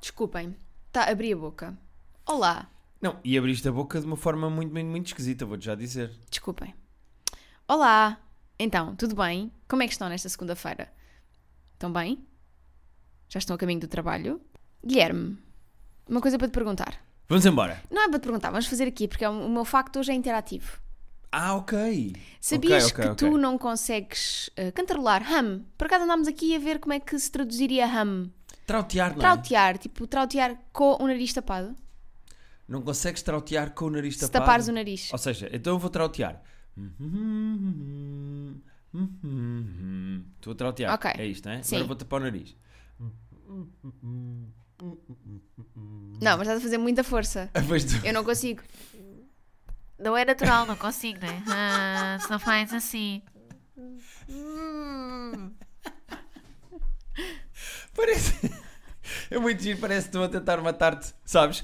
desculpem. Tá, abri a boca. Olá, Não, e abriste a boca de uma forma muito, muito, muito esquisita, vou-te já dizer. desculpem. Olá, então, tudo bem? Como é que estão nesta segunda-feira? Estão bem? Já estão a caminho do trabalho? Guilherme, uma coisa para te perguntar. Vamos embora. Não é para te perguntar, vamos fazer aqui, porque é um- o meu facto hoje é interativo. Ah, ok. Sabias Ok, ok, que ok. tu não consegues eh, cantarolar hum? Por acaso andámos aqui a ver como é que se traduziria hum. Trautear, não é? Trautear, tipo, trautear com o nariz tapado. Não consegues trautear com o nariz Se tapado? tapares o nariz. Ou seja, então eu vou trautear. Estou a trautear. Ok. É isto, não é? Sim. Agora vou tapar o nariz. Não, mas estás a fazer muita força. Ah, pois tu- Eu não consigo. Não é natural, não consigo, não é? Ah, se não faz assim. Parece... É muito giro, parece que estou a tentar matar-te, sabes?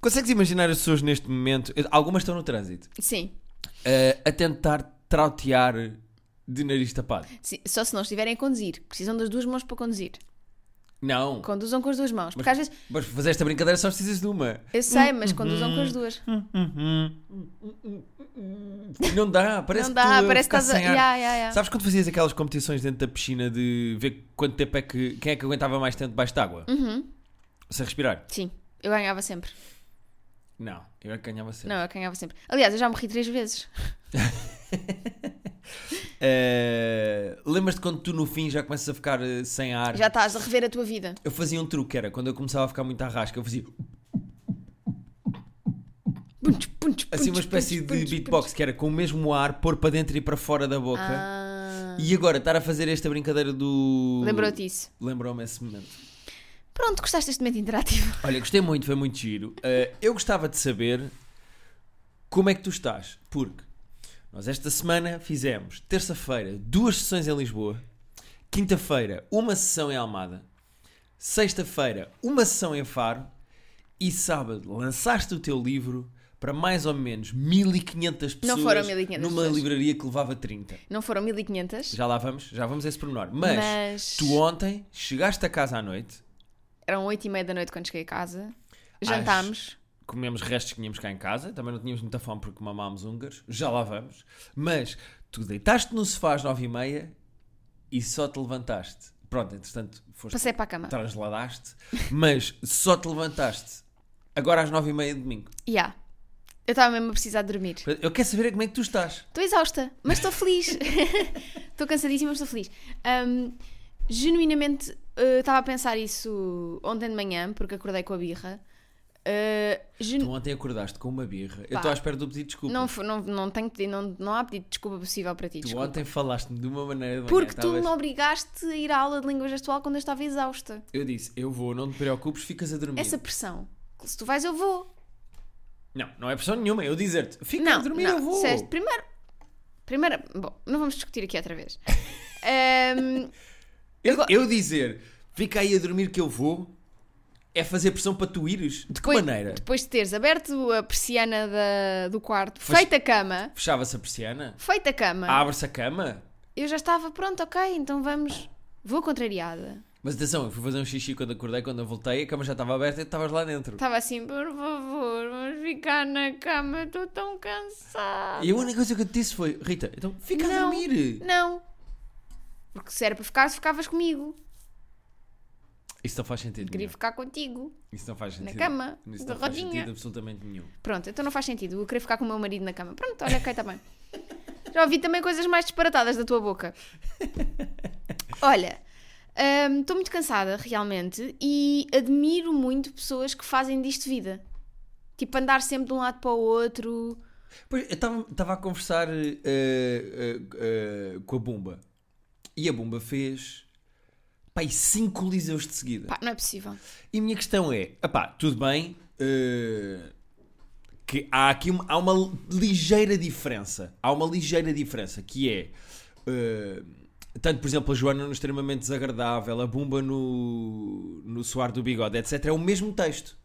Consegues imaginar as pessoas neste momento? Eu- Algumas estão no trânsito. Sim. eh, a tentar trautear de nariz tapado. Sim, Só se não estiverem a conduzir. Precisam das duas mãos para conduzir. Não. Conduzam com as duas mãos. Porque às vezes. Mas para fazer esta brincadeira só precisas de uma. Eu sei, mas conduzam com as duas. Não dá, não parece que dá, tu, parece que ficar estás a. sem ar. Ya, ya, ya. Sabes quando fazias aquelas competições dentro da piscina de ver quanto tempo é que. quem é que aguentava mais tempo debaixo de água? Uhum. Sem respirar? Sim, eu ganhava sempre. Não, eu é que ganhava sempre. Não, eu ganhava sempre. Aliás, eu já morri três vezes. Eh, Lembras-te quando tu no fim já começas a ficar eh, sem ar? Já estás a rever a tua vida. Eu fazia um truque, era quando eu começava a ficar muito à rasca, eu fazia Punch, punch, assim uma punch, espécie punch, de punch, beatbox, que era com o mesmo ar, pôr para dentro e para fora da punch. boca. Ah, E agora estar a fazer esta brincadeira do. Lembrou-te disso. Lembrou-me esse momento. Pronto, gostaste deste momento interativo? Olha, gostei muito, foi muito giro. Uh, eu gostava de saber como é que tu estás, porque nós esta semana fizemos terça-feira duas sessões em Lisboa, quinta-feira uma sessão em Almada, sexta-feira uma sessão em Faro e sábado lançaste o teu livro para mais ou menos 1500 pessoas Não foram 1500 numa pessoas. livraria que levava 30. Não foram 1500? Já lá vamos, já vamos a esse pormenor. Mas, Mas- tu ontem chegaste a casa à noite, Eram 8 e meia da noite quando cheguei a casa. Jantámos. comemos restos que tínhamos cá em casa, também não tínhamos muita fome porque mamámos húngaros, já lá vamos. Mas tu deitaste no sofá às nove e meia e só te levantaste. Pronto, entretanto, foste, Passei para a cama. Tá. trasladaste, mas só te levantaste agora às nove e meia de domingo. Ya. Eu estava mesmo a precisar de dormir. Portanto, Eu quero saber é como é que tu estás. Estou exausta, mas estou feliz. Estou cansadíssima, mas estou feliz. Ahm, genuinamente, eh, estava a pensar isso ontem de manhã, porque acordei com a birra. Eh, genu- Tu ontem acordaste com uma birra. Eu Pá. estou à espera do pedido de desculpa. não, fo- não, não, tenho pedido, não, não há pedido de desculpa possível para ti. tu desculpa. ontem falaste-me de uma maneira de manhã, Porque tu estavas- me obrigaste a ir à aula de língua gestual quando eu estava exausta. Eu disse, eu vou, não te preocupes, ficas a dormir. Essa pressão. Se tu vais, eu vou. Não, não é pressão nenhuma, eu dizer-te, fica Não, a dormir, não, eu vou. disseste, primeiro. Primeiro. Bom, não vamos discutir aqui outra vez. Ahm, Eu, eu dizer, fica aí a dormir que eu vou, é fazer pressão para tu ires? De que Depois- maneira? Depois de teres aberto a persiana da- do quarto, Mas- feita a cama, Fechava-se a persiana? feita a cama, Abre-se a cama? eu já estava pronto, ok, então vamos. Vou contrariada. Mas atenção, eu fui fazer um xixi quando acordei, quando eu voltei, a cama já estava aberta e tu estavas lá dentro. Estava assim, por favor, vamos ficar na cama, estou tão cansada. E a única coisa que eu te disse foi, Rita, então fica Não. a dormir. Não. Porque se era para ficar, ficavas comigo. Isso não faz sentido Queria nenhum. ficar contigo. Isso não faz na sentido. cama, Isso de não faz rodinha. sentido absolutamente nenhum. Pronto, então não faz sentido. Eu queria ficar com o meu marido na cama. Pronto, olha, ok, está bem. Já ouvi também coisas mais disparatadas da tua boca. Olha, hum, estou muito cansada, realmente, e admiro muito pessoas que fazem disto vida. Tipo, andar sempre de um lado para o outro. Pois, eu estava- estava a conversar eh, eh, eh, com a Bumba e a Bumba fez, pai, cinco coliseus de seguida. Pá, não é possível. E a minha questão é, apá, tudo bem, eh, que há aqui uma, há uma ligeira diferença, há uma ligeira diferença, que é, eh, tanto por exemplo a Joana no Extremamente Desagradável, a Bumba no, no Soar do Bigode, etc, é o mesmo texto.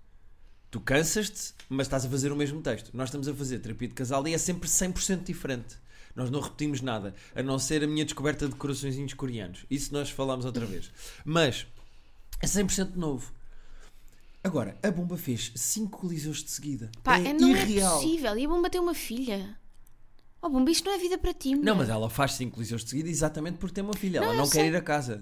Tu cansas-te, mas estás a fazer o mesmo texto. Nós estamos a fazer terapia de casal e é sempre 100% diferente. Nós não repetimos nada, a não ser a minha descoberta de coraçõezinhos coreanos. Isso nós falámos outra vez. Mas É 100% novo. Agora, a bomba fez 5 coliseus de seguida. Pá, é, é, não é irreal. possível. E a Bomba tem uma filha. Oh, Bomba, isto não é vida para ti, não, mulher. mas ela faz 5 coliseus de seguida exatamente porque tem uma filha. ela eu não quer sei. ir a casa.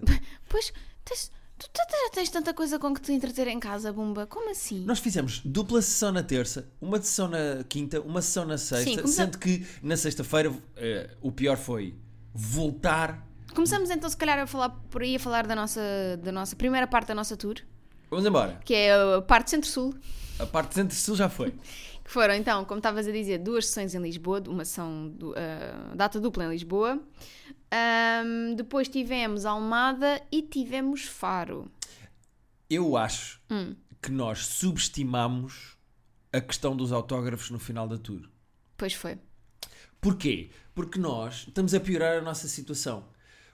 Pois, tens- tu tu já tens tanta coisa com que te entreter em casa, Bomba. Como assim? Nós fizemos dupla sessão na terça, uma sessão na quinta, uma sessão na Sim, sexta, começa- sendo que na sexta-feira eh, o pior foi voltar. Começamos então, se calhar, a falar por aí, a falar da nossa, da nossa primeira parte da nossa tour, Vamos embora. que é a parte centro-sul. A parte centro-sul já foi. Que foram então, como estavas a dizer, duas sessões em Lisboa, uma sessão du- ah, data dupla em Lisboa. Ahm, depois tivemos Almada e tivemos Faro. Eu acho que nós subestimamos a questão dos autógrafos no final da tour. Pois foi. Porquê? Porque nós estamos a piorar a nossa situação.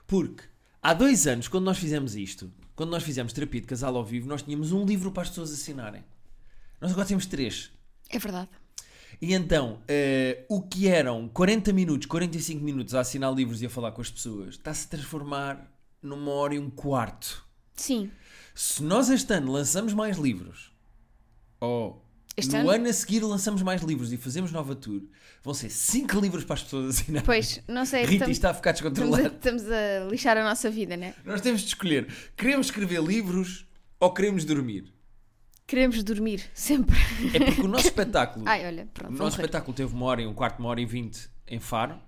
Porque há dois anos, quando nós fizemos isto, quando nós fizemos terapia de casal ao vivo, nós tínhamos um livro para as pessoas assinarem. Nós agora temos três. É verdade. E então, eh, o que eram 40 minutos, 45 minutos a assinar livros e a falar com as pessoas, está-se a transformar numa hora e um quarto. Sim. Se nós este ano lançamos mais livros, ou Este no ano? ano? a seguir lançamos mais livros e fazemos nova tour, vão ser 5 livros para as pessoas assinarem. Pois, não sei. Rita estamos- está a ficar Estamos a, descontrolada. estamos a lixar a nossa vida, né? Nós temos de escolher: queremos escrever livros ou queremos dormir? Queremos dormir, sempre. É porque o nosso espetáculo. Ai, olha, o pronto. vou nosso morrer. espetáculo teve uma hora e um quarto, uma hora e vinte em Faro.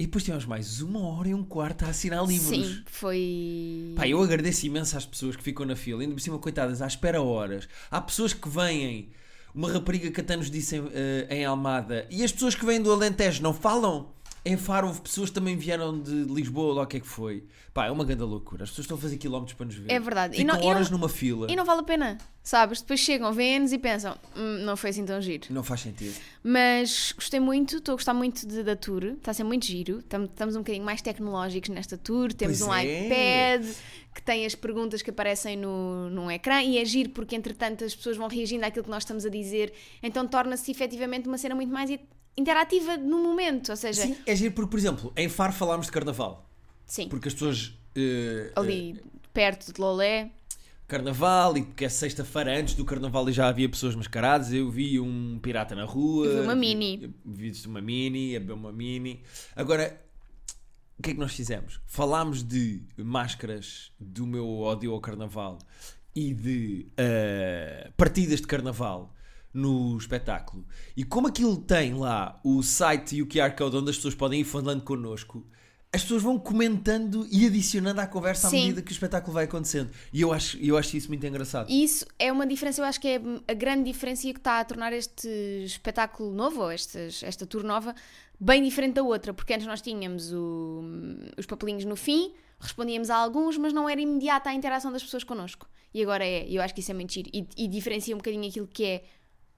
E depois tivemos mais uma hora e um quarto a assinar livros. Sim, foi. Pá, eu agradeço imenso às pessoas que ficam na fila, ainda por cima, coitadas, à espera horas. Há pessoas que vêm, uma rapariga que até nos disse em, eh, em Almada, e as pessoas que vêm do Alentejo não falam? Em Faro houve pessoas que também vieram de Lisboa, lá o que é que foi. Pá, é uma grande loucura. As pessoas estão a fazer quilómetros para nos ver. É verdade. E Ficam não- e horas não- numa fila. E não vale a pena, sabes? Depois chegam, vêm-nos e pensam, "Hum, não foi assim tão giro. Não faz sentido. Mas gostei muito, estou a gostar muito de- da tour, está a ser muito giro. Tam- Estamos um bocadinho mais tecnológicos nesta tour, temos Pois um é. iPad que tem as perguntas que aparecem no, num ecrã e é giro porque entretanto as pessoas vão reagindo àquilo que nós estamos a dizer, então torna-se efetivamente uma cena muito mais i- interativa no momento, ou seja, Sim, é giro porque, por exemplo, em Faro falámos de carnaval. sim. Porque as pessoas. eh, ali perto de Lolé. carnaval e porque é sexta-feira antes do carnaval e já havia pessoas mascaradas. Eu vi um pirata na rua. Eu vi uma vi- mini. Vi, uma mini, a beber uma mini. Agora, o que é que nós fizemos? Falámos de máscaras, do meu ódio ao carnaval e de eh, partidas de carnaval no espetáculo. E como aquilo tem lá o site e o QR Code onde as pessoas podem ir falando connosco. As pessoas vão comentando e adicionando à conversa à Sim. medida que o espetáculo vai acontecendo. E eu acho, eu acho isso muito engraçado. E isso é uma diferença, eu acho que é a grande diferença e que está a tornar este espetáculo novo, ou estas, esta tour nova, bem diferente da outra, porque antes nós tínhamos o- os papelinhos no fim, respondíamos a alguns, mas não era imediata a interação das pessoas connosco. E agora é, e eu acho que isso é muito giro. E, e diferencia um bocadinho aquilo que é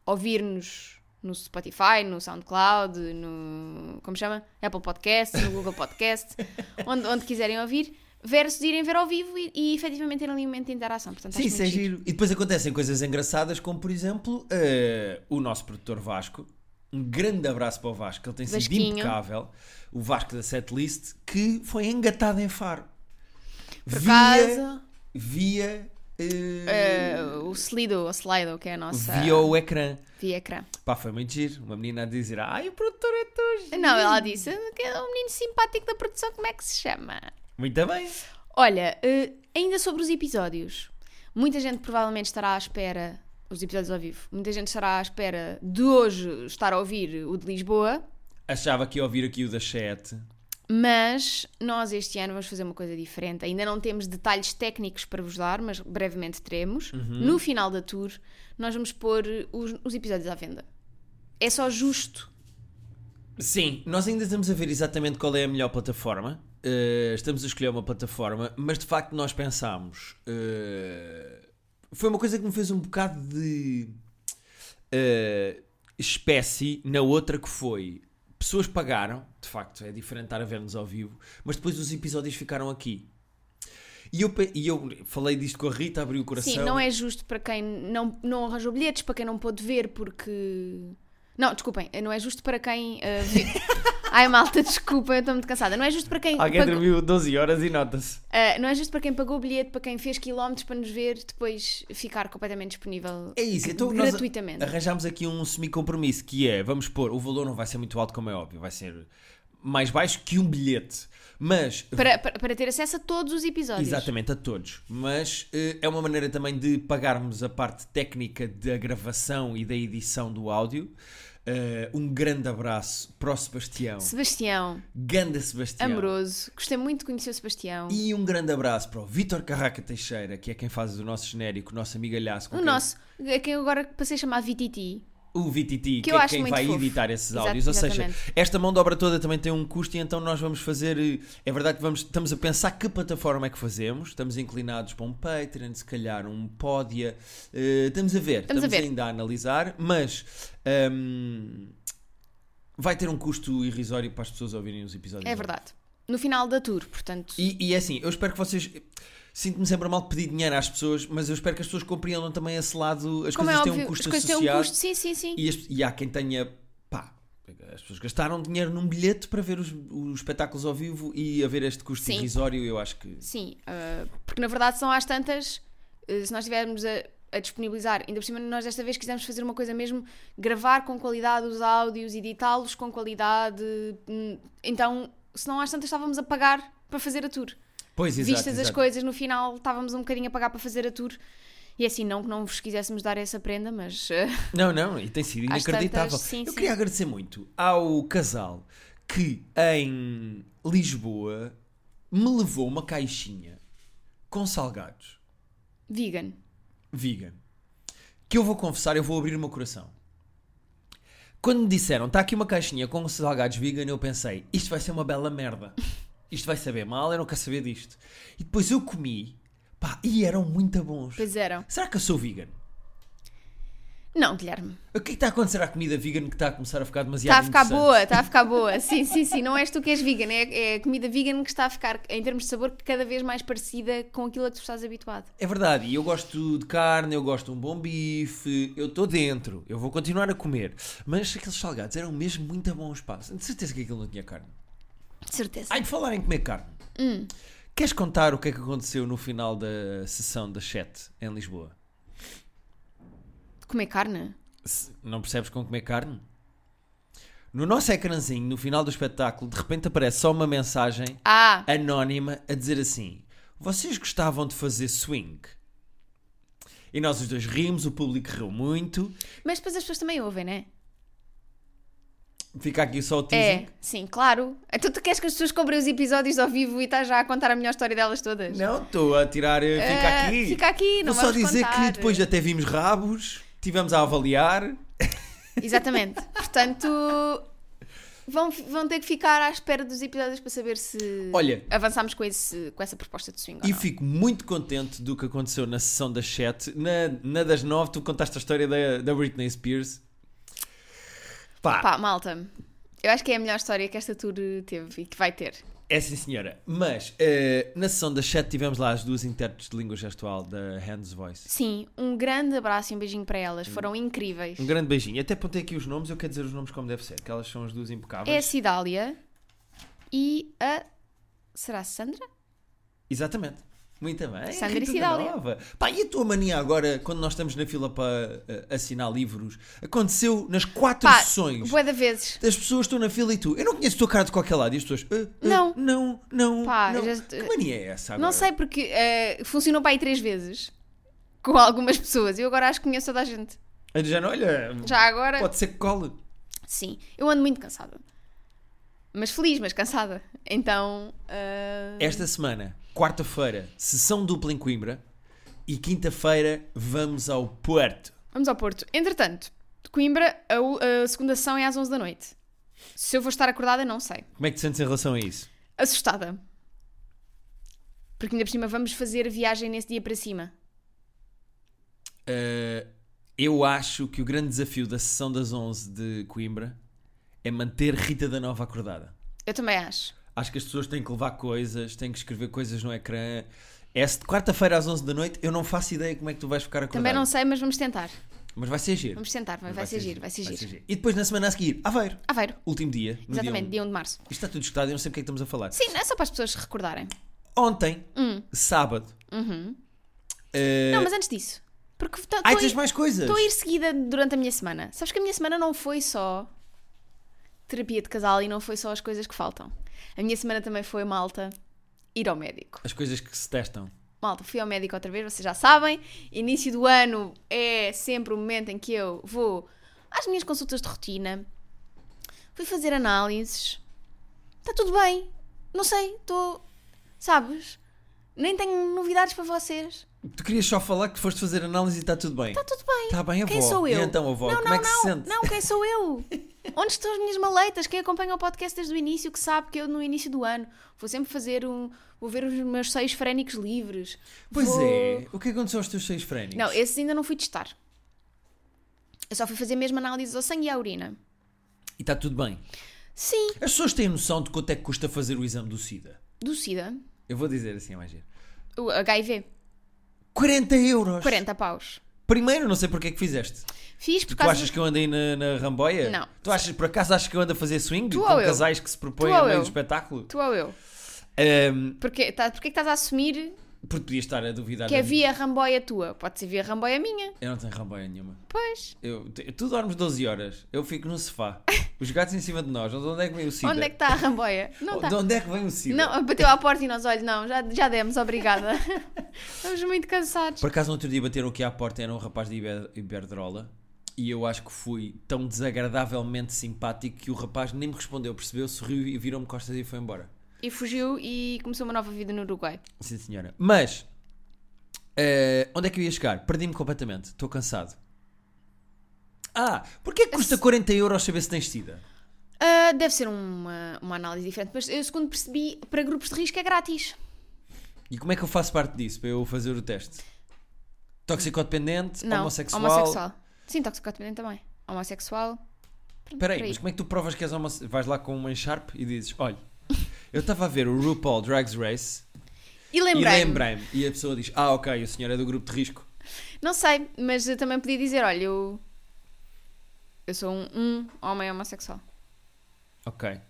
ouvir-nos no Spotify, no SoundCloud, no. como chama? Apple Podcasts, no Google Podcasts, onde, onde quiserem ouvir. Versus irem ver ao vivo e, e efetivamente ter ali um momento de interação. Portanto, acho Sim, isso muito é giro. giro. E depois acontecem coisas engraçadas, como por exemplo eh, o nosso produtor Vasco. Um grande abraço para o Vasco, ele tem sido Vasquinho. impecável. O Vasco da setlist, que foi engatado em Faro. Por via. acaso, via eh, eh, o Slido, ou Slido, que é a nossa Via o ecrã. via ecrã. Pá, foi muito giro. Uma menina a dizer: Ai, o produtor é tu. Não, ela disse que é um menino simpático da produção, como é que se chama? Muito bem. Olha, eh, ainda sobre os episódios. Muita gente provavelmente estará à espera, os episódios ao vivo, muita gente estará à espera de hoje estar a ouvir o de Lisboa, Achava que ia ouvir aqui o da chat. mas nós este ano vamos fazer uma coisa diferente. Ainda não temos detalhes técnicos para vos dar, mas brevemente teremos. No final da tour, nós vamos pôr os- os episódios à venda. É só justo Sim, nós ainda estamos a ver exatamente qual é a melhor plataforma. Eh, estamos a escolher uma plataforma, mas de facto nós pensámos. eh, foi uma coisa que me fez um bocado de eh, espécie na outra que foi. Pessoas pagaram, de facto, é diferente estar a ver-nos ao vivo, mas depois os episódios ficaram aqui. E eu, pe- e eu falei disto com a Rita, abri o coração. Sim, não é justo para quem não, não arranjou bilhetes, para quem não pôde ver porque. Não, desculpem, não é justo para quem. ah, vi- Ai, malta, desculpa, eu estou muito cansada. Não é justo para quem. Alguém pagou- dormiu 12 horas e nota-se. Ah, não é justo para quem pagou o bilhete, para quem fez quilómetros para nos ver, depois ficar completamente disponível É isso, então nós gratuitamente. arranjámos aqui um semi-compromisso que é, vamos pôr, o valor não vai ser muito alto, como é óbvio, vai ser mais baixo que um bilhete. Mas Para, para, para ter acesso a todos os episódios. Exatamente, a todos. Mas eh, é uma maneira também de pagarmos a parte técnica da gravação e da edição do áudio. Eh, um grande abraço para o Sebastião. Sebastião, Ganda Sebastião. amoroso, gostei muito de conhecer o Sebastião. E um grande abraço para o Vítor Carraca Teixeira, que é quem faz o nosso genérico, o nosso amigalhaço. com O quem- nosso, a quem eu agora passei a chamar Vititi. O Vititi, que, eu é acho quem muito vai fofo. editar esses Exato, áudios. Ou seja, exatamente. esta mão de obra toda também tem um custo e então nós vamos fazer. eh, É verdade que vamos, estamos a pensar que plataforma é que fazemos. Estamos inclinados para um Patreon, se calhar um Podia. eh, estamos a ver, Estamos a ver. ainda a analisar, mas. hum, vai ter um custo irrisório para as pessoas ouvirem os episódios. É verdade. No final da tour, portanto. E, e é assim, eu espero que vocês. Sinto-me sempre mal de pedir dinheiro às pessoas, mas eu espero que as pessoas compreendam também esse lado. As como é coisas óbvio, têm um custo as coisas têm associado. um custo, sim, sim, sim. E, as- e há quem tenha. pá, as pessoas gastaram dinheiro num bilhete para ver os, os espetáculos ao vivo e haver este custo Sim. irrisório, eu acho que. Sim, ah, porque na verdade são às tantas, eh, se nós estivermos a, a disponibilizar, ainda por cima nós desta vez quisemos fazer uma coisa mesmo, gravar com qualidade os áudios, editá-los com qualidade, hum, então se não às tantas estávamos a pagar para fazer a tour. Pois, exato, Vistas as exato. coisas, no final estávamos um bocadinho a pagar para fazer a tour. E assim, não que não vos quiséssemos dar essa prenda, mas eh, Não, não, e tem sido Às inacreditável. tantas, sim, eu sim. queria agradecer muito ao casal que em Lisboa me levou uma caixinha com salgados vegan. vegan. Que eu vou confessar, eu vou abrir o meu coração. Quando me disseram, está aqui uma caixinha com salgados vegan, eu pensei, isto vai ser uma bela merda. Isto vai saber mal, eu não quero saber disto. E depois eu comi, pá, e eram muito bons. Pois é. eram. Será que eu sou vegan? Não, Guilherme. O que é que está a acontecer à comida vegan que está a começar a ficar demasiado Está Tá a ficar interessante? boa, está a ficar boa. Sim, sim, sim. Não és tu que és vegan, é, é a comida vegan que está a ficar, em termos de sabor, cada vez mais parecida com aquilo a que tu estás habituado. É verdade, e eu gosto de carne, eu gosto de um bom bife, eu estou dentro, eu vou continuar a comer. Mas aqueles salgados eram mesmo muito bons, pá. De certeza que aquilo não tinha carne. De certeza. Ai, de falar em comer carne. Hum. Queres contar o que é que aconteceu no final da sessão das 7 em Lisboa? Comer carne? Se não percebes com comer carne? No nosso ecrãzinho, no final do espetáculo, de repente aparece só uma mensagem Ah, anónima a dizer assim: Vocês gostavam de fazer swing? E nós os dois rimos, o público riu muito. mas depois as pessoas também ouvem, não é? Fica aqui só o teasing. É, sim, claro. Então tu queres que as pessoas comprem os episódios ao vivo e estás já a contar a melhor história delas todas? Não, estou a tirar. eh, Fica Ah, aqui. É. Fica aqui, não Vou só vamos dizer contar. que depois até vimos rabos, tivemos a avaliar. Exatamente. Portanto, vão, vão ter que ficar à espera dos episódios para saber se Olha. avançamos com, esse, com essa proposta de swing ou E não. fico muito contente do que aconteceu na sessão das 7. Na, na das 9, tu contaste a história da, da Britney Spears. Pá, Pá, malta, eu acho que é a melhor história que esta tour teve e que vai ter. é sim senhora. Mas eh, na sessão das 7 tivemos lá as duas intérpretes de língua gestual da Hands Voice. Sim, um grande abraço e um beijinho para elas, foram incríveis. Hum. Um grande beijinho. Até apontei aqui os nomes, eu quero dizer os nomes como deve ser, que elas são as duas É a impecáveis. Cidália e a. Será a Sandra? Exatamente. Muito bem. Sandra e Rita Cidália. Nova. Pá, e a tua mania agora, quando nós estamos na fila para eh, assinar livros, aconteceu nas quatro Pá, sessões. Boa da vezes. As pessoas estão na fila e tu, eu não conheço a tua cara de qualquer lado. E as pessoas, "Ah, ah, Não. não, não. Pá, não." já- Que mania é essa agora? Não sei porque eh, funcionou para aí três vezes com algumas pessoas. Eu agora acho que conheço toda a gente. Eu Já não, olha, Já agora. pode ser que cole. Sim, eu ando muito cansada. Mas feliz, mas cansada. Então. ah, Esta semana, quarta-feira, sessão dupla em Coimbra. E quinta-feira, vamos ao Porto. Vamos ao Porto. Entretanto, de Coimbra, a, u- a segunda sessão é às 11 da noite. Se eu vou estar acordada, não sei. Como é que te sentes em relação a isso? Assustada. Porque ainda por cima vamos fazer viagem nesse dia para cima. Uh, eu acho que o grande desafio da sessão das 11 de Coimbra é manter Rita da Nova acordada. Eu também acho. Acho que as pessoas têm que levar coisas, têm que escrever coisas no ecrã. É se de quarta-feira às 11 da noite, eu não faço ideia como é que tu vais ficar acordado. Também não sei, mas vamos tentar. Mas vai ser giro. Vamos tentar, vai, vai ser giro, vai ser giro. E depois na semana a seguir, Aveiro. Aveiro, Último dia. no dia exatamente, um. dia 1 de março. Isto está tudo escutado, eu não sei porque é que estamos a falar. Sim, Hum. não é só para as pessoas se recordarem. Ontem, sábado. Uhum. eh, Não, mas antes disso. Porque estou Ai, tens mais coisas? a ir seguida durante a minha semana. Sabes que a minha semana não foi só terapia de casal e não foi só as coisas que faltam. A minha semana também foi malta ir ao médico. As coisas que se testam. Malta, fui ao médico outra vez, vocês já sabem. Início do ano é sempre o momento em que eu vou às minhas consultas de rotina. Fui fazer análises. Está tudo bem. Não sei, estou. Sabes? Nem tenho novidades para vocês. Tu querias só falar que foste fazer análise e está tudo bem. Está tudo bem. Está bem, avó. Quem sou eu? E então, avó, não, como não, é que não, se sente? Não, quem sou eu? Onde estão as minhas maletas? Quem acompanha o podcast desde o início que sabe que eu no início do ano vou sempre fazer um... Vou ver os meus seis frénicos livres. Pois Vou- é. O que aconteceu aos teus seis frénicos? Não, esses ainda não fui testar. Eu só fui fazer mesmo análises ao sangue e à urina. E está tudo bem. Sim. As pessoas têm noção de quanto é que custa fazer o exame do SIDA. Do SIDA. Eu vou dizer assim, é mais giro. O HIV. 40 euros. 40 paus. Primeiro, não sei porque é que fizeste. Fiz por Tu causa... achas que eu andei na, na ramboia? Não. Tu achas, por acaso, achas que eu ando a fazer swing Tu com ou eu? casais que se propõem Tu ao ou meio eu? do espetáculo? Tu ou eu? Ahm, Porquê, tá, porquê que estás a assumir porque podias estar a duvidar. que é da via minha- ramboia tua? Pode ser via ramboia minha. Eu não tenho ramboia nenhuma. Pois. Eu, te- tu dormes 12 horas, eu fico no sofá. Os gatos em cima de nós, de onde é que vem o SIDA? Onde é que está a ramboia? Não tá. está. De onde é que vem o SIDA? Não, bateu à porta e nós, olha, não, já, já demos, obrigada. Estamos muito cansados. Por acaso, no outro dia bateram aqui à porta, era um rapaz de Iber- Iberdrola. E eu acho que fui tão desagradavelmente simpático que o rapaz nem me respondeu, percebeu, sorriu e virou-me costas e foi embora. E fugiu e começou uma nova vida no Uruguai. Sim, senhora. Mas, eh, onde é que eu ia chegar? Perdi-me completamente. Estou cansado. Ah, porquê que custa 40 euros saber se tens sida? Ah, deve ser uma, uma análise diferente, mas eu, segundo percebi, para grupos de risco é grátis. E como é que eu faço parte disso para eu fazer o teste? Toxicodependente? Não, homossexual? homossexual. Sim, toxicodependente também. Homossexual. Peraí, Peraí. mas como é que tu provas que és homossexual? Vais lá com uma Sharp e dizes: Olha, eu estava a ver o RuPaul Drags Race E e lembrei. lembrei-me. E a pessoa diz: Ah, ok, o senhor é do grupo de risco. Não sei, mas eu também podia dizer, olha, eu. Eu sou um, um homem homossexual. Ok.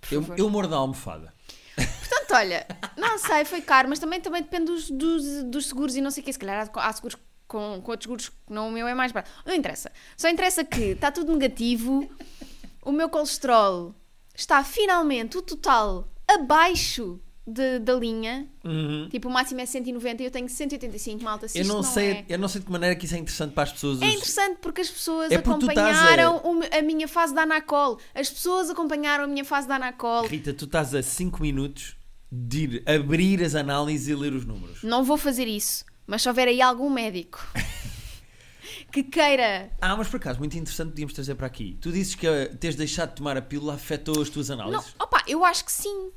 Por Eu, favor. eu mordo a almofada. Portanto, olha, não sei, foi caro, mas também, também depende dos, dos, dos seguros e não sei o quê. Se calhar há, há seguros com, com outros seguros que não o meu é mais barato. Não interessa. Só interessa que está tudo negativo, o meu colesterol está finalmente o total abaixo de- da linha. Uhum. Tipo, o máximo é 190 e eu tenho 185, malta. Se Eu isto não não, sei, É... eu não sei de que maneira que isso é interessante para as pessoas. É os- interessante porque as pessoas É porque tu estás a- acompanharam o me- a... minha fase da Anacol. As pessoas acompanharam a minha fase da Anacol. Rita, tu estás a 5 minutos de ir abrir as análises e ler os números. Não vou fazer isso, mas se houver aí algum médico que queira. Ah, mas por acaso, muito interessante, podíamos trazer para aqui. Tu dizes que eh, teres deixado de tomar a pílula afetou as tuas Não, análises. opa, eu acho que sim.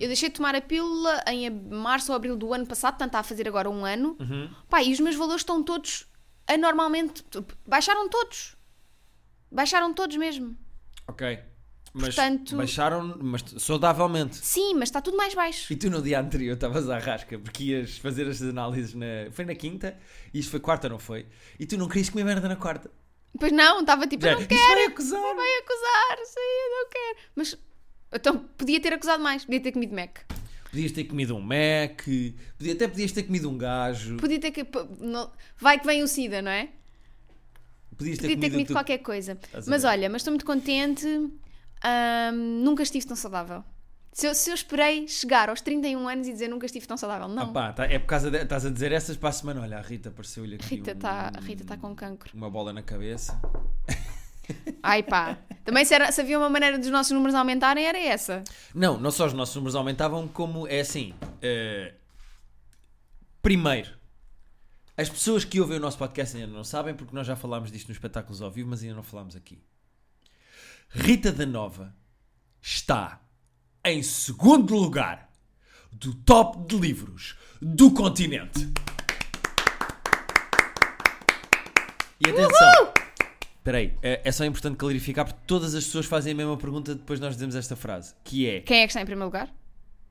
Eu deixei de tomar a pílula em ab- março ou abril do ano passado, portanto está a fazer agora um ano. Pá, e os meus valores estão todos anormalmente. Baixaram todos. Baixaram todos mesmo. Ok. Mas Portanto- baixaram, mas saudavelmente. Sim, mas está tudo mais baixo. E tu no dia anterior estavas à rasca porque ias fazer estas análises na. Foi na quinta, e isto foi quarta, não foi? E tu não querias comer merda na quarta. Pois não, estava tipo, eu Já, não Isto quero, vai acusar! vai acusar, sim, eu não quero. Mas então podia ter acusado mais, podia ter comido Mac. Podias ter comido um Mac, podia, até podias ter comido um gajo, Podia ter que. p- não- Vai que vem o SIDA, não é? podias ter Podia ter comido o comido que tu- qualquer coisa. Estás a Mas ver? olha, mas estou muito contente. Ahm, nunca estive tão saudável. Se eu, se eu esperei chegar aos 31 anos e dizer nunca estive tão saudável, Ah não. pá, tá- é por causa de, estás a dizer essas para a semana. Olha, a Rita apareceu-lhe aqui Rita um- está Rita tá com cancro. uma bola na cabeça. Ai pá. Também se, era- se havia uma maneira dos nossos números aumentarem, era essa. Não, não só os nossos números aumentavam, como é assim. eh, primeiro, as pessoas que ouvem o nosso podcast ainda não sabem, porque nós já falámos disto nos espetáculos ao vivo, mas ainda não falámos aqui. Rita da Nova está em segundo lugar do top de livros do continente. E atenção. Espera aí, é é só importante clarificar porque todas as pessoas fazem a mesma pergunta depois nós dizemos esta frase, que é Quem é que está em primeiro lugar?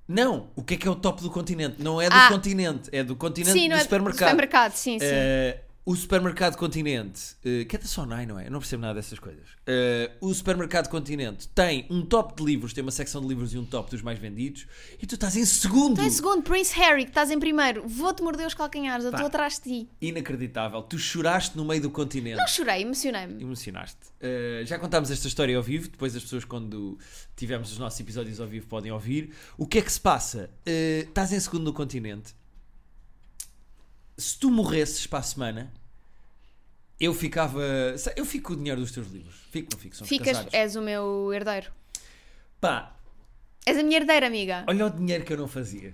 Não, o que é que é o top do continente? Não é do Ah. continente, é do continente sim, do não é? supermercado. Supermercado, sim, sim. Eh, O supermercado Continente, eh, que é da Sonai, não é? Eu não percebo nada dessas coisas. Eh, o supermercado Continente tem um top de livros, tem uma secção de livros e um top dos mais vendidos, e tu estás em segundo. Então, em segundo, Prince Harry, que estás em primeiro, vou-te morder os calcanhares, eu Pá. estou atrás de ti. Inacreditável. Tu choraste no meio do continente. Não chorei, emocionei-me. Emocionaste. Eh, já contámos esta história ao vivo, depois as pessoas, quando tivermos os nossos episódios ao vivo, podem ouvir. O que é que se passa? Eh, estás em segundo no continente. Se tu morresses para a semana, eu ficava. sa- Eu fico com o dinheiro dos teus livros. Fico, não fico, somos Ficas, é. casados. és o meu herdeiro. Pá, És a minha herdeira, amiga. olha o dinheiro que eu não fazia.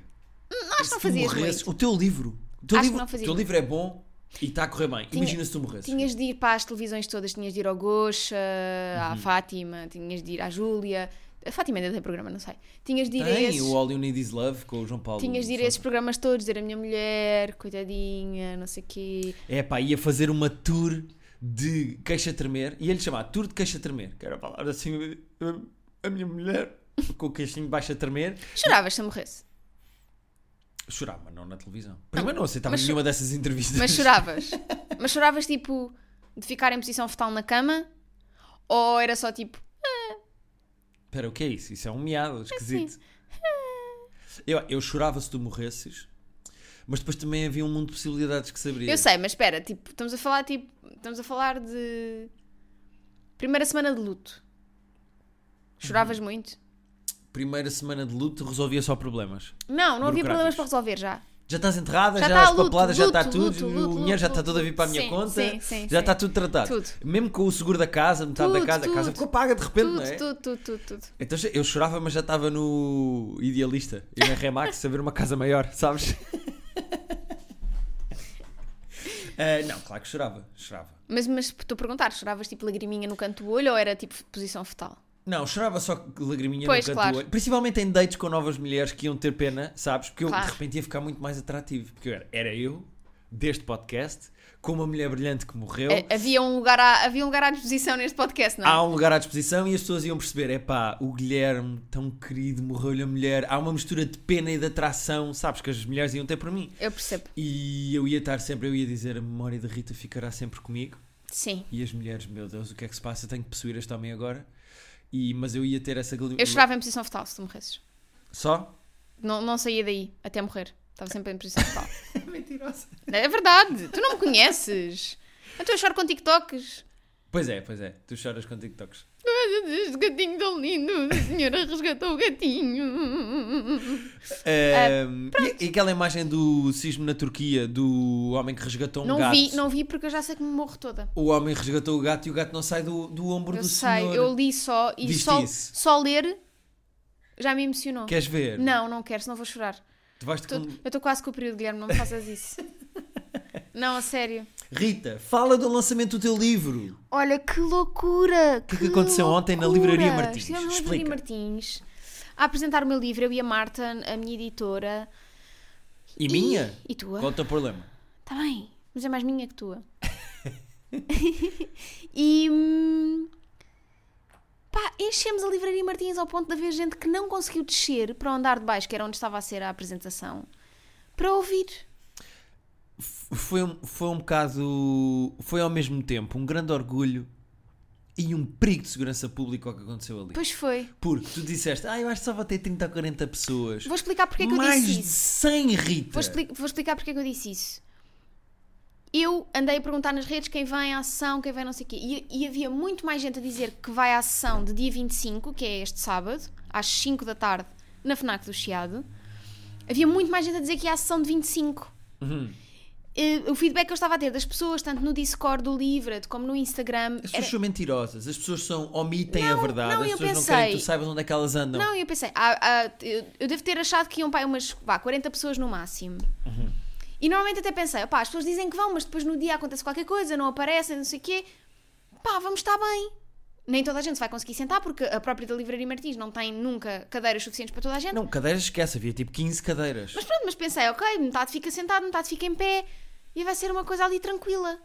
Hum, Acho que não Se tu fazias morresses, muito. o teu livro. O teu, Acho que livro, não fazias o teu muito. livro é bom e está a correr bem. Tinha- Imagina se tu morresses. Tinhas de ir para as televisões todas, tinhas de ir ao Goxa, Uhum. à Fátima, tinhas de ir à Júlia. A Fátima ainda tem programa, não sei. Tinhas de ir a Tem esses. o All You Need Is Love com o João Paulo. Tinhas de ir a esses programas todos, dizer a minha mulher, coitadinha, não sei o quê. É pá, ia fazer uma tour de queixa tremer e ele chamar tour de queixa tremer, que era a palavra assim, "A- a minha mulher com o queixinho baixo a tremer. Choravas se eu morresse. Chorava, mas não na televisão. Primeiro não aceitava mas nenhuma dessas entrevistas. Mas choravas. Mas choravas tipo de ficar em posição fetal na cama? Ou era só tipo. Espera, o que é isso? Isso é um miado, esquisito. Eu, eu chorava se tu morresses, mas depois também havia um mundo de possibilidades que se abria. Eu sei, mas espera, tipo, estamos a falar tipo. Estamos a falar de. Primeira semana de luto. Choravas Uhum. muito? Primeira semana de luto resolvia só problemas. Não, não havia Burocráticos. problemas para resolver já. Já estás enterrada, já, Já tá as luto, papeladas já está luto, tudo, luto, o luto, dinheiro já está luto, todo a vir para a minha sim, conta, sim, sim, já sim. está tudo tratado. Tudo. Mesmo com o seguro da casa, metade Tudo, da casa, a casa tudo. ficou paga de repente, Tudo, não é? tudo, tudo, tudo, tudo. Então eu chorava, mas já estava no Idealista e na Remax a ver uma casa maior, sabes? Ah, não, claro que chorava, chorava. Mas, mas estou a perguntar, choravas tipo lagriminha no canto do olho ou era tipo posição fetal? Não, chorava só que lagriminha Pois, no canto claro. do olho. Principalmente em dates com novas mulheres que iam ter pena, sabes? Porque eu Claro. de repente ia ficar muito mais atrativo. Porque eu era, era eu, deste podcast, com uma mulher brilhante que morreu. Eh, Havia, um lugar à, havia um lugar à disposição neste podcast, não? é? Há um lugar à disposição e as pessoas iam perceber: é pá, o Guilherme, tão querido, morreu-lhe a mulher. Há uma mistura de pena e de atração, sabes? Que as mulheres iam ter por mim. Eu percebo. E eu ia estar sempre, eu ia dizer: a memória de Rita ficará sempre comigo. Sim. E as mulheres, meu Deus, o que é que se passa? Tenho que possuir este homem agora. E, mas eu ia ter essa. gli- Eu chorava em posição fetal se tu morresses. Só? Não, não saía daí até morrer. Estava sempre em posição fetal. Mentirosa. é verdade, tu não me conheces. Então eu choro com TikToks. Pois é, pois é. Tu choras com TikToks. Este gatinho tão lindo, a senhora resgatou o gatinho. Ah, Ahm, e, e aquela imagem do sismo na Turquia, do homem que resgatou um Não gato. vi, não vi porque eu já sei que me morro toda. O homem resgatou o gato e o gato não sai do, do ombro Eu do sei, senhor. eu li só e Viste só, isso? só ler já me emocionou. Queres ver? Não, não quero, senão vou chorar. Tu vais-te Tô- com- eu estou quase com o período, Guilherme, não me faças isso. não, a sério. Rita, fala do lançamento do teu livro. Olha que loucura! O que aconteceu ontem na Livraria Martins? Estivemos na Livraria Explica. Martins a apresentar o meu livro, eu e a Marta, a minha editora. E, minha? E, e tua? Qual é o teu problema? Está bem, mas é mais minha que tua. e. hum, Pá, enchemos a Livraria Martins ao ponto de haver gente que não conseguiu descer para o andar de baixo, que era onde estava a ser a apresentação, para ouvir. F- Foi um, foi um bocado. Foi ao mesmo tempo um grande orgulho e um perigo de segurança pública o que aconteceu ali. Pois foi. Porque tu disseste, ah, eu acho que só vou ter 30 ou 40 pessoas. Vou explicar porque é que eu Mais disse de isso. 100, Rita. Vou, expli- vou explicar porque é que eu disse isso. Eu andei a perguntar nas redes quem vem à sessão, quem vem não sei o quê. E, e havia muito mais gente a dizer que vai à sessão de dia 25, que é este sábado, às 5 da tarde, na FNAC do Chiado. Havia muito mais gente a dizer que ia à sessão de 25. Uhum. Eh, o feedback que eu estava a ter das pessoas, tanto no Discord do Livra-te como no Instagram... As era- pessoas são mentirosas, as pessoas são, omitem a verdade, não, as eu pessoas não querem que pensei- tu saibas onde é que elas andam. Não, eu pensei, ah, ah, eu, eu devo ter achado que iam para aí umas vá, 40 pessoas no máximo. E normalmente até pensei, opá, as pessoas dizem que vão, mas depois no dia acontece qualquer coisa, não aparecem, não sei o quê. Pá, vamos estar bem. Nem toda a gente se vai conseguir sentar, porque a própria da Livraria Martins não tem nunca cadeiras suficientes para toda a gente. Não, cadeiras esquece, havia tipo 15 cadeiras. Mas pronto, mas pensei, ok, metade fica sentado, metade fica em pé e vai ser uma coisa ali tranquila.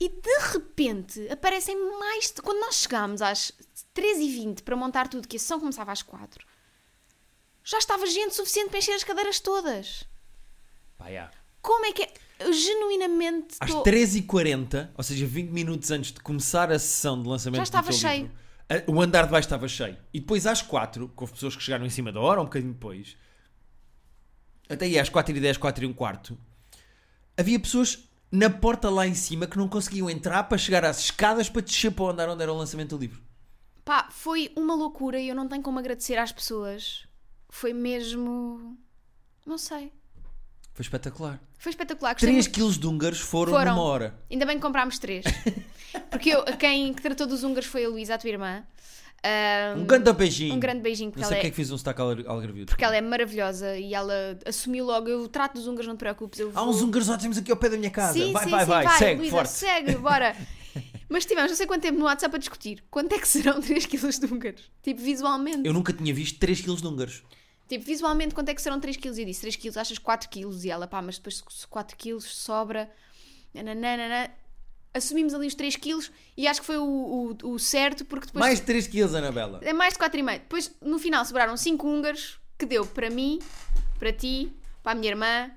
E de repente aparecem mais. de- Quando nós chegámos às 13h20 para montar tudo, que a sessão começava às 4, já estava gente suficiente para encher as cadeiras todas. Pá, já. Como é que é? eu genuinamente Às tô- 13h40, ou seja, 20 minutos antes de começar a sessão de lançamento Já estava do teu cheio. livro, a- o andar de baixo estava cheio. E depois às 4, que houve pessoas que chegaram em cima da hora, um bocadinho depois, até aí às 4h10, 4 e um quarto, havia pessoas na porta lá em cima que não conseguiam entrar para chegar às escadas para descer para o andar onde era o lançamento do livro. Pá, foi uma loucura e eu não tenho como agradecer às pessoas. Foi mesmo. Não sei. Foi espetacular. Foi espetacular. Gostei 3 muito. quilos de húngaros foram, Foram. numa hora. Ainda bem que comprámos três. Porque eu, quem tratou dos húngaros foi a Luísa, a tua irmã. Ahm, Um grande beijinho. um grande beijinho, porque Não ela, sei é, porque é que fiz um sotaque algar- algarvio. porque ela é maravilhosa e ela assumiu logo. Eu trato dos húngaros, não te preocupes. Eu vou... Há uns húngaros ótimos aqui ao pé da minha casa. Sim, vai, sim, vai, sim, vai, Segue, Luísa, forte. segue, bora. Mas tivemos não sei quanto tempo no WhatsApp a discutir. Quanto é que serão 3 quilos de húngaros? Tipo, visualmente. Eu nunca tinha visto 3 quilos de húngaros. Tipo, visualmente, quanto é que serão 3 quilos? E eu disse 3 quilos, achas 4 quilos? E ela, pá, mas depois se 4 quilos sobra. nananana. Assumimos ali os 3 quilos e acho que foi o, o- o certo, porque depois. Mais 3 quilos, Anabela. É mais de 4,5. Depois, no final, sobraram 5 húngaros, que deu para mim, para ti, para a minha irmã,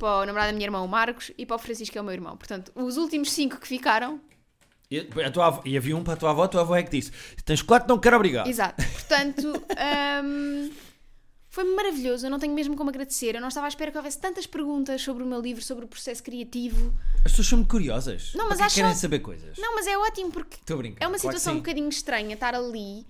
para o namorado da minha irmã, o Marcos, e para o Francisco, que é o meu irmão. Portanto, os últimos 5 que ficaram. E, a tua avó- e havia um para a tua avó, a tua avó é que disse: Tens 4, não quero obrigado. Exato. Portanto, hum, foi maravilhoso. Eu não tenho mesmo como agradecer. Eu não estava à espera que houvesse tantas perguntas sobre o meu livro, sobre o processo criativo. As pessoas são muito curiosas. Não, mas Porque acho querem só- saber coisas. Não, mas é ótimo porque Estou a brincar. é uma claro que situação um sim. bocadinho estranha estar ali.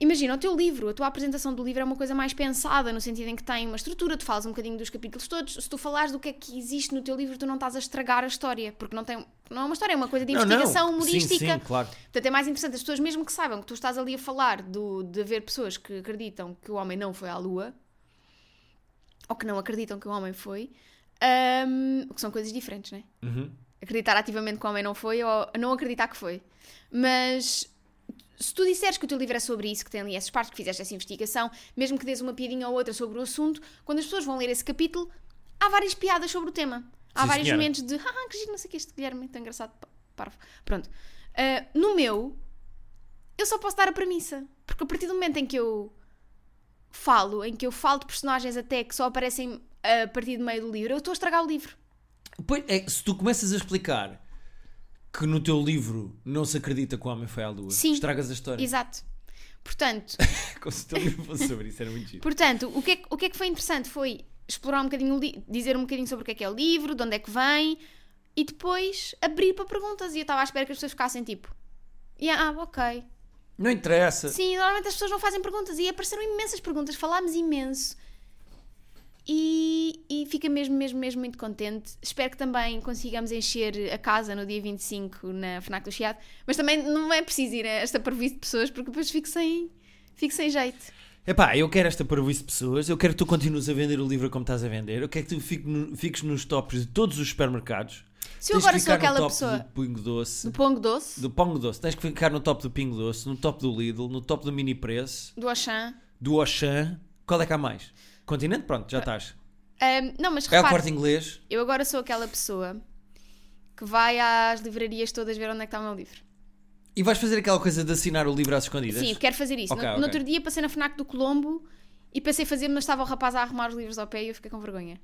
Imagina, o teu livro, a tua apresentação do livro é uma coisa mais pensada, no sentido em que tem uma estrutura, tu falas um bocadinho dos capítulos todos. Se tu falares do que é que existe no teu livro, tu não estás a estragar a história, porque não, tem, não é uma história, é uma coisa de Não, não. investigação Sim, humorística. sim, claro. Portanto, é mais interessante as pessoas, mesmo que saibam que tu estás ali a falar do, de haver pessoas que acreditam que o homem não foi à Lua, ou que não acreditam que o homem foi, ahm, o que são coisas diferentes, não é? Uhum. Acreditar ativamente que o homem não foi ou não acreditar que foi. Mas se tu disseres que o teu livro é sobre isso, que tem ali essas partes, que fizeste essa investigação, mesmo que dês uma piadinha ou outra sobre o assunto, quando as pessoas vão ler esse capítulo, há várias piadas sobre o tema. Há Sim, vários senhora. momentos de ah, que giro, não sei o que este Guilherme é tão engraçado, pa- parvo. Pronto. Ah, no meu, eu só posso dar a premissa. Porque a partir do momento em que eu falo, em que eu falo de personagens até que só aparecem eh, a partir do meio do livro, eu estou a estragar o livro. Pois, é que se tu começas a explicar que no teu livro não se acredita que o homem foi à lua, Sim. estragas a história. Exato. Portanto, Como se o teu livro fosse sobre isso, era muito giro. Portanto, o que, é, que- o que é que foi interessante foi explorar um bocadinho, o li- dizer um bocadinho sobre o que é que é o livro, de onde é que vem e depois abrir para perguntas. E eu estava à espera que as pessoas ficassem tipo, "Yeah, ah, ok. Não interessa. Sim, normalmente as pessoas não fazem perguntas e apareceram imensas perguntas, falámos imenso. E, e fica mesmo, mesmo, mesmo muito contente. Espero que também consigamos encher a casa no dia 25 na FNAC do Chiado, mas também não é preciso ir a esta previsão de pessoas porque depois fico sem, fico sem jeito. Epá, eu quero esta parvoíce de pessoas, eu quero que tu continues a vender o livro como estás a vender, eu quero que tu fique no- fiques nos tops de todos os supermercados. Se eu Tens de agora sou ficar no aquela top pessoa- Do Pingo Doce, Do do... Pongo Doce, Pongo Doce, tens que ficar no top do Pingo Doce, no top do Lidl, no top do Mini Preço, do Auchan. do Auchan. Qual é que há mais? Continente? Pronto, já estás. Ahm, não, mas É o repare, corte inglês. eu agora sou aquela pessoa que vai às livrarias todas ver onde é que está o meu livro. E vais fazer aquela coisa de assinar o livro às escondidas? Sim, quero fazer isso. Ok, no, no ok. outro dia passei na FNAC do Colombo e pensei fazer, mas estava o rapaz a arrumar os livros ao pé e eu fiquei com vergonha.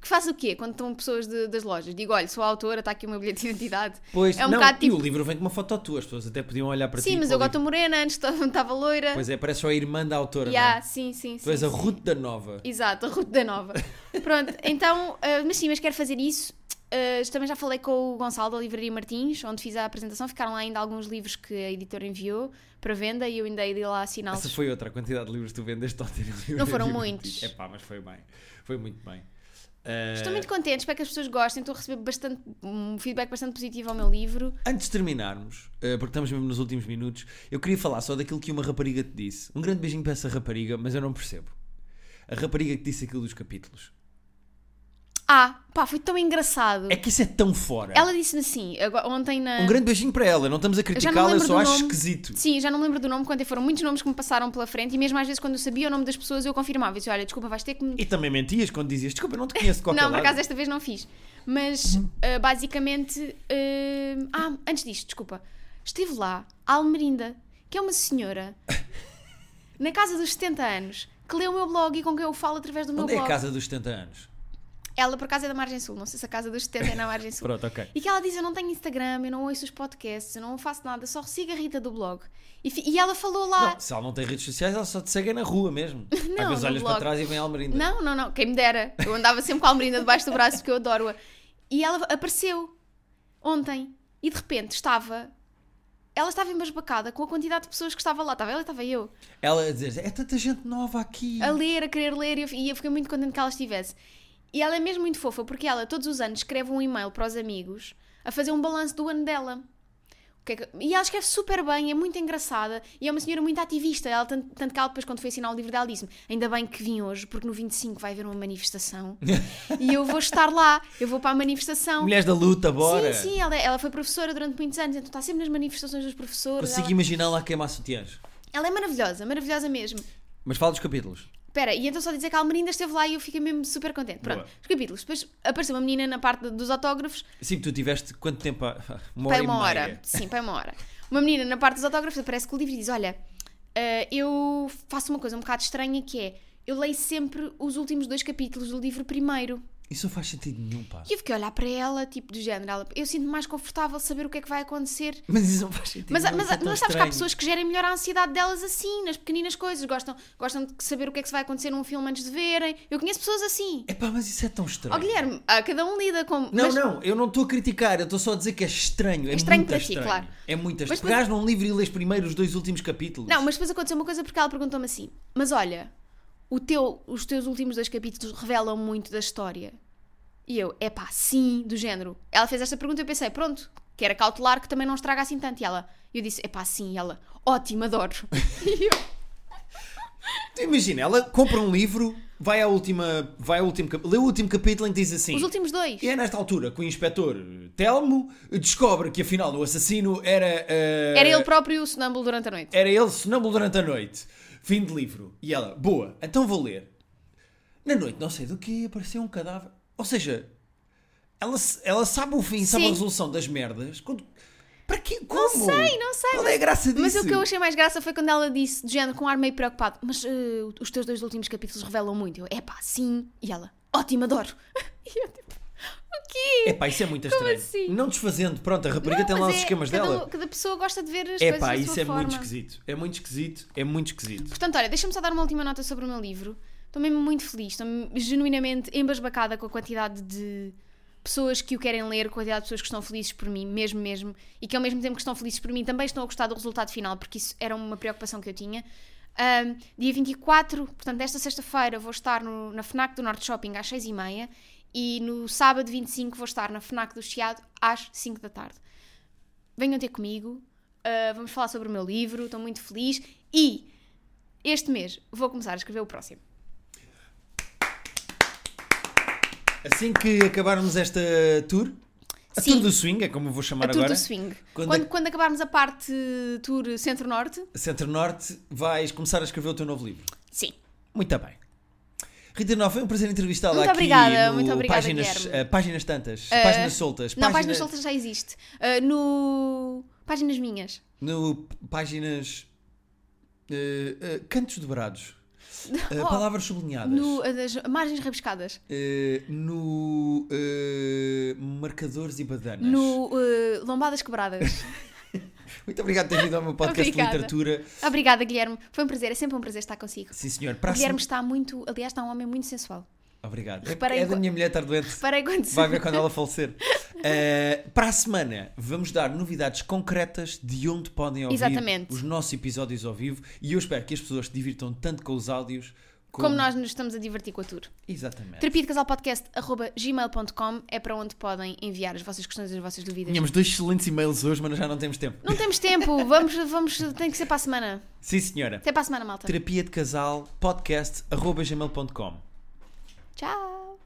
Que faz o quê quando estão pessoas de- das lojas? Digo, olha, sou a autora, está aqui o meu bilhete de identidade. Pois, é um não, bocado e tipo- o livro vem com uma foto tua, as pessoas até podiam olhar para ti. sim, mas para eu o gosto livro. morena, antes estava loira. Pois é, parece só a irmã da autora, não yeah, é? sim, sim, sim. Tu és a sim. Ruth da Nova. Exato, a Ruth da Nova. Pronto, então, ah, mas sim, mas quero fazer isso. Ah, também já falei com o Gonçalo da Livraria Martins, onde fiz a apresentação. Ficaram lá ainda alguns livros que a editora enviou para venda e eu ainda ia lá assiná-los. Essa foi outra quantidade de livros que tu vendeste ontem. Não foram muitos. É pá, mas foi bem. Foi muito bem. Eh, Estou muito contente, espero que as pessoas gostem. Estou a receber bastante, um feedback bastante positivo ao meu livro. Antes de terminarmos, eh, porque estamos mesmo nos últimos minutos, eu queria falar só daquilo que uma rapariga te disse. Um grande beijinho para essa rapariga, mas eu não percebo. A rapariga que disse aquilo dos capítulos. Ah, pá, foi tão engraçado. É que isso é tão fora. Ela disse-me assim, agora- ontem na. Um grande beijinho para ela, não estamos a me criticá-la, eu lembro só do acho nome. esquisito. Sim, já não me lembro do nome, quando foram muitos nomes que me passaram pela frente e mesmo às vezes quando eu sabia o nome das pessoas eu confirmava. Eu disse, olha, desculpa, vais ter que me E também mentias quando dizias, desculpa, eu não te conheço de qualquer Não, por lado." acaso é desta vez não fiz. Mas Uhum. ah, basicamente. ah, ah, antes disto, desculpa. Estive lá, a Almerinda, que é uma senhora na casa dos 70 anos, que lê o meu blog e com quem eu falo através do meu Onde é a blog. casa dos 70 anos? Ela, por acaso, é da Margem Sul. Não sei se a casa dos 70 é na Margem Sul. Pronto, ok. E que ela diz: Eu não tenho Instagram, eu não ouço os podcasts, eu não faço nada, só sigo a Rita do blog. E, fi- e ela falou lá. Não, se ela não tem redes sociais, ela só te segue na rua mesmo. Às vezes no blog. olhas para trás e vem a Almerinda. Não, não, não, quem me dera. Eu andava sempre com a Almerina debaixo do braço porque eu adoro-a. E ela apareceu ontem e de repente estava. Ela estava embasbacada com a quantidade de pessoas que estava lá. Estava ela e estava eu. Ela a dizer, é tanta gente nova aqui. A ler, a querer ler e eu, e eu fiquei muito contente que ela estivesse. E ela é mesmo muito fofa porque ela todos os anos escreve um e-mail para os amigos a fazer um balanço do ano dela. O que é que- E ela escreve super bem, é muito engraçada e é uma senhora muito ativista. Ela, tanto, tanto que ela depois, quando foi assinar o livro dela, disse-me: Ainda bem que vim hoje, porque no 25 vai haver uma manifestação e eu vou estar lá, eu vou para a manifestação. Mulheres da luta, bora. Sim, é sim, ela, ela foi professora durante muitos anos, então está sempre nas manifestações dos professores. Consigo Ela, imaginá-la a queimar sutiãs. ela é maravilhosa, maravilhosa mesmo. Mas fala dos capítulos. Espera, e então só dizer que a Almerinda esteve lá e eu fiquei mesmo super contente. Pronto, Boa. os capítulos. Depois apareceu uma menina na parte dos autógrafos, Sim, tu tiveste quanto tempo? a- Uma para uma hora e meia. hora. Sim, para uma hora. Uma menina na parte dos autógrafos aparece com o livro e diz: Olha, eh, eu faço uma coisa um bocado estranha que é. Eu leio sempre os últimos dois capítulos do livro primeiro. Isso não faz sentido nenhum, pá. E eu fiquei a olhar para ela, tipo, do género. Ela, eu sinto-me mais confortável saber o que é que vai acontecer. Mas isso Tipo, não faz sentido Mas, mas, nenhum, mas isso é tão sabes que há estranho. pessoas que gerem melhor a ansiedade delas assim, nas pequeninas coisas. Gostam, gostam de saber o que é que se vai acontecer num filme antes de verem. Eu conheço pessoas assim. É pá, mas isso é tão estranho. Ó Guilherme, ah, cada um lida com. Não, mas, não, eu não estou a criticar, eu estou só a dizer que é estranho. É, estranho muito para ti, estranho. claro. É muito Mas estranho. Pegares num livro e lês primeiro os dois últimos capítulos. Não, mas depois aconteceu uma coisa porque ela perguntou-me assim: Mas olha, o teu, os teus últimos dois capítulos revelam muito da história. E eu, é pá, sim, do género. Ela fez esta pergunta e eu pensei: Pronto, que era cautelar que também não estraga assim tanto. E ela, eu disse: É pá, sim. E ela, ótimo, adoro. E eu, Tu imagina, ela compra um livro, vai à última, vai ao último, cap- lê o último capítulo e diz assim. os últimos dois. E é nesta altura que o inspetor Telmo descobre que afinal o assassino era eh, Era ele próprio o sonâmbulo durante a noite. era ele sonâmbulo durante a noite. Fim de livro. E ela, boa, então vou ler. Na noite, não sei do que, apareceu um cadáver. Ou seja, ela, s- ela sabe o fim, sabe a Sim. resolução das merdas. Quando- Para quê? Como? sei, não sei, Qual é a graça disso? Mas o que eu achei mais graça foi quando ela disse, de género, com um ar meio preocupado: Mas eh, os teus dois últimos capítulos revelam muito. Eu, é pá, sim. E ela, ótimo, adoro. E eu, tipo, o quê? Epá, isso é muito Como estranho. assim? Não desfazendo, pronto, a rapariga Não, tem lá mas os é- esquemas cada, dela. Cada pessoa gosta de ver as coisas Epá, da isso sua é forma. muito esquisito. É muito esquisito, é muito esquisito. Portanto, olha, deixa-me só dar uma última nota sobre o meu livro. Estou mesmo muito feliz, estou genuinamente embasbacada com a quantidade de pessoas que o querem ler, com a quantidade de pessoas que estão felizes por mim, mesmo, mesmo, e que ao mesmo tempo que estão felizes por mim também estão a gostar do resultado final, porque isso era uma preocupação que eu tinha. Ahm, dia 24, portanto, esta sexta-feira, vou estar no- na FNAC do Norte Shopping às 6h30 e no sábado 25 vou estar na FNAC do Chiado às 5 da tarde venham ter comigo, ah, vamos falar sobre o meu livro, estou muito feliz e este mês vou começar a escrever o próximo. Assim que acabarmos esta tour, a Sim. tour do swing, é como eu vou chamar a Tour agora. do Swing. Quando Quando, é ac- quando acabarmos a parte Tour Centro-Norte, Centro-Norte, vais começar a escrever o teu novo livro. sim. Muito bem. Rita Nova, foi um prazer entrevistá-la Muito aqui obrigada, no muito obrigada, páginas, Guilherme. eh, páginas Tantas, Páginas Soltas, Não, página- Páginas Soltas já existe. Ah, no. Páginas Minhas. no Páginas... eh, eh, cantos dobrados, eh, Oh, palavras sublinhadas, No, ah, das margens rabiscadas. eh, no, eh, marcadores e badanas. No ah, Lombadas Quebradas. Muito obrigado por ter vindo ao meu podcast de Obrigada. literatura. Obrigada, Guilherme. Foi um prazer, é sempre um prazer estar consigo. Sim, senhor. Para O a Guilherme está muito. Aliás, está um homem muito sensual. Obrigado. É- Reparei é em da co- minha mulher estar doente. Reparei quando. Vai ver quando ela falecer. Uh, para a semana, vamos dar novidades concretas de onde podem ouvir Exatamente. os nossos episódios ao vivo e eu espero que as pessoas se divirtam tanto com os áudios Como nós nos estamos a divertir com a Tour. Exatamente. Terapia de Casal Podcast, arroba gmail.com é para onde podem enviar as vossas questões e as vossas dúvidas. Tínhamos dois excelentes e-mails hoje, mas nós já não temos tempo. Não temos tempo, vamos, vamos, tem que ser para a semana. Sim, senhora. Até para a semana, malta. Terapia de casal podcast arroba gmail.com Tchau.